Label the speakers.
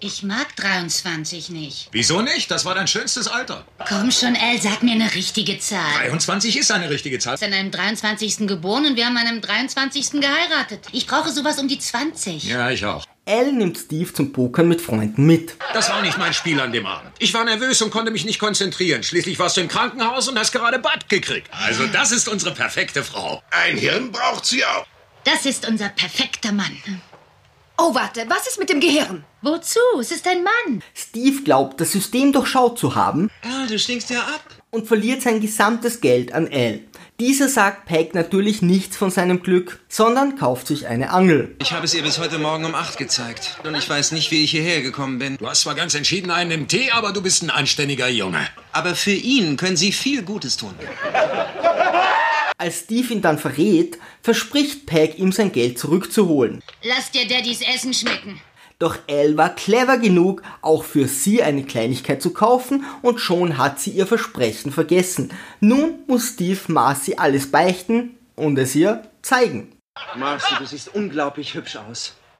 Speaker 1: Ich mag 23 nicht.
Speaker 2: Wieso nicht? Das war dein schönstes Alter.
Speaker 1: Komm schon, Elle, sag mir eine richtige Zahl.
Speaker 2: 23 ist eine richtige Zahl.
Speaker 1: Du bist an einem 23. geboren und wir haben an einem 23. geheiratet. Ich brauche sowas um die 20.
Speaker 2: Ja, ich auch.
Speaker 3: Elle nimmt Steve zum Pokern mit Freunden mit.
Speaker 2: Das war nicht mein Spiel an dem Abend. Ich war nervös und konnte mich nicht konzentrieren. Schließlich warst du im Krankenhaus und hast gerade Bad gekriegt. Also das ist unsere perfekte Frau.
Speaker 4: Ein Hirn braucht sie auch.
Speaker 1: Das ist unser perfekter Mann.
Speaker 5: Oh, warte, was ist mit dem Gehirn?
Speaker 1: Wozu? Es ist ein Mann.
Speaker 3: Steve glaubt, das System durchschaut zu haben
Speaker 6: Ah, du stinkst ja ab.
Speaker 3: und verliert sein gesamtes Geld an Elle. Dieser sagt Peg natürlich nichts von seinem Glück, sondern kauft sich eine Angel.
Speaker 6: Ich habe es ihr bis heute Morgen um acht gezeigt. Und ich weiß nicht, wie ich hierher gekommen bin.
Speaker 2: Du hast zwar ganz entschieden einen im Tee, aber du bist ein anständiger Junge.
Speaker 6: Aber für ihn können Sie viel Gutes tun.
Speaker 3: Als Steve ihn dann verrät, verspricht Peg ihm sein Geld zurückzuholen.
Speaker 1: Lass dir Daddys Essen schmecken.
Speaker 3: Doch Elle war clever genug, auch für sie eine Kleinigkeit zu kaufen und schon hat sie ihr Versprechen vergessen. Nun muss Steve Marcy alles beichten und es ihr zeigen.
Speaker 6: Marcy, du siehst unglaublich hübsch aus.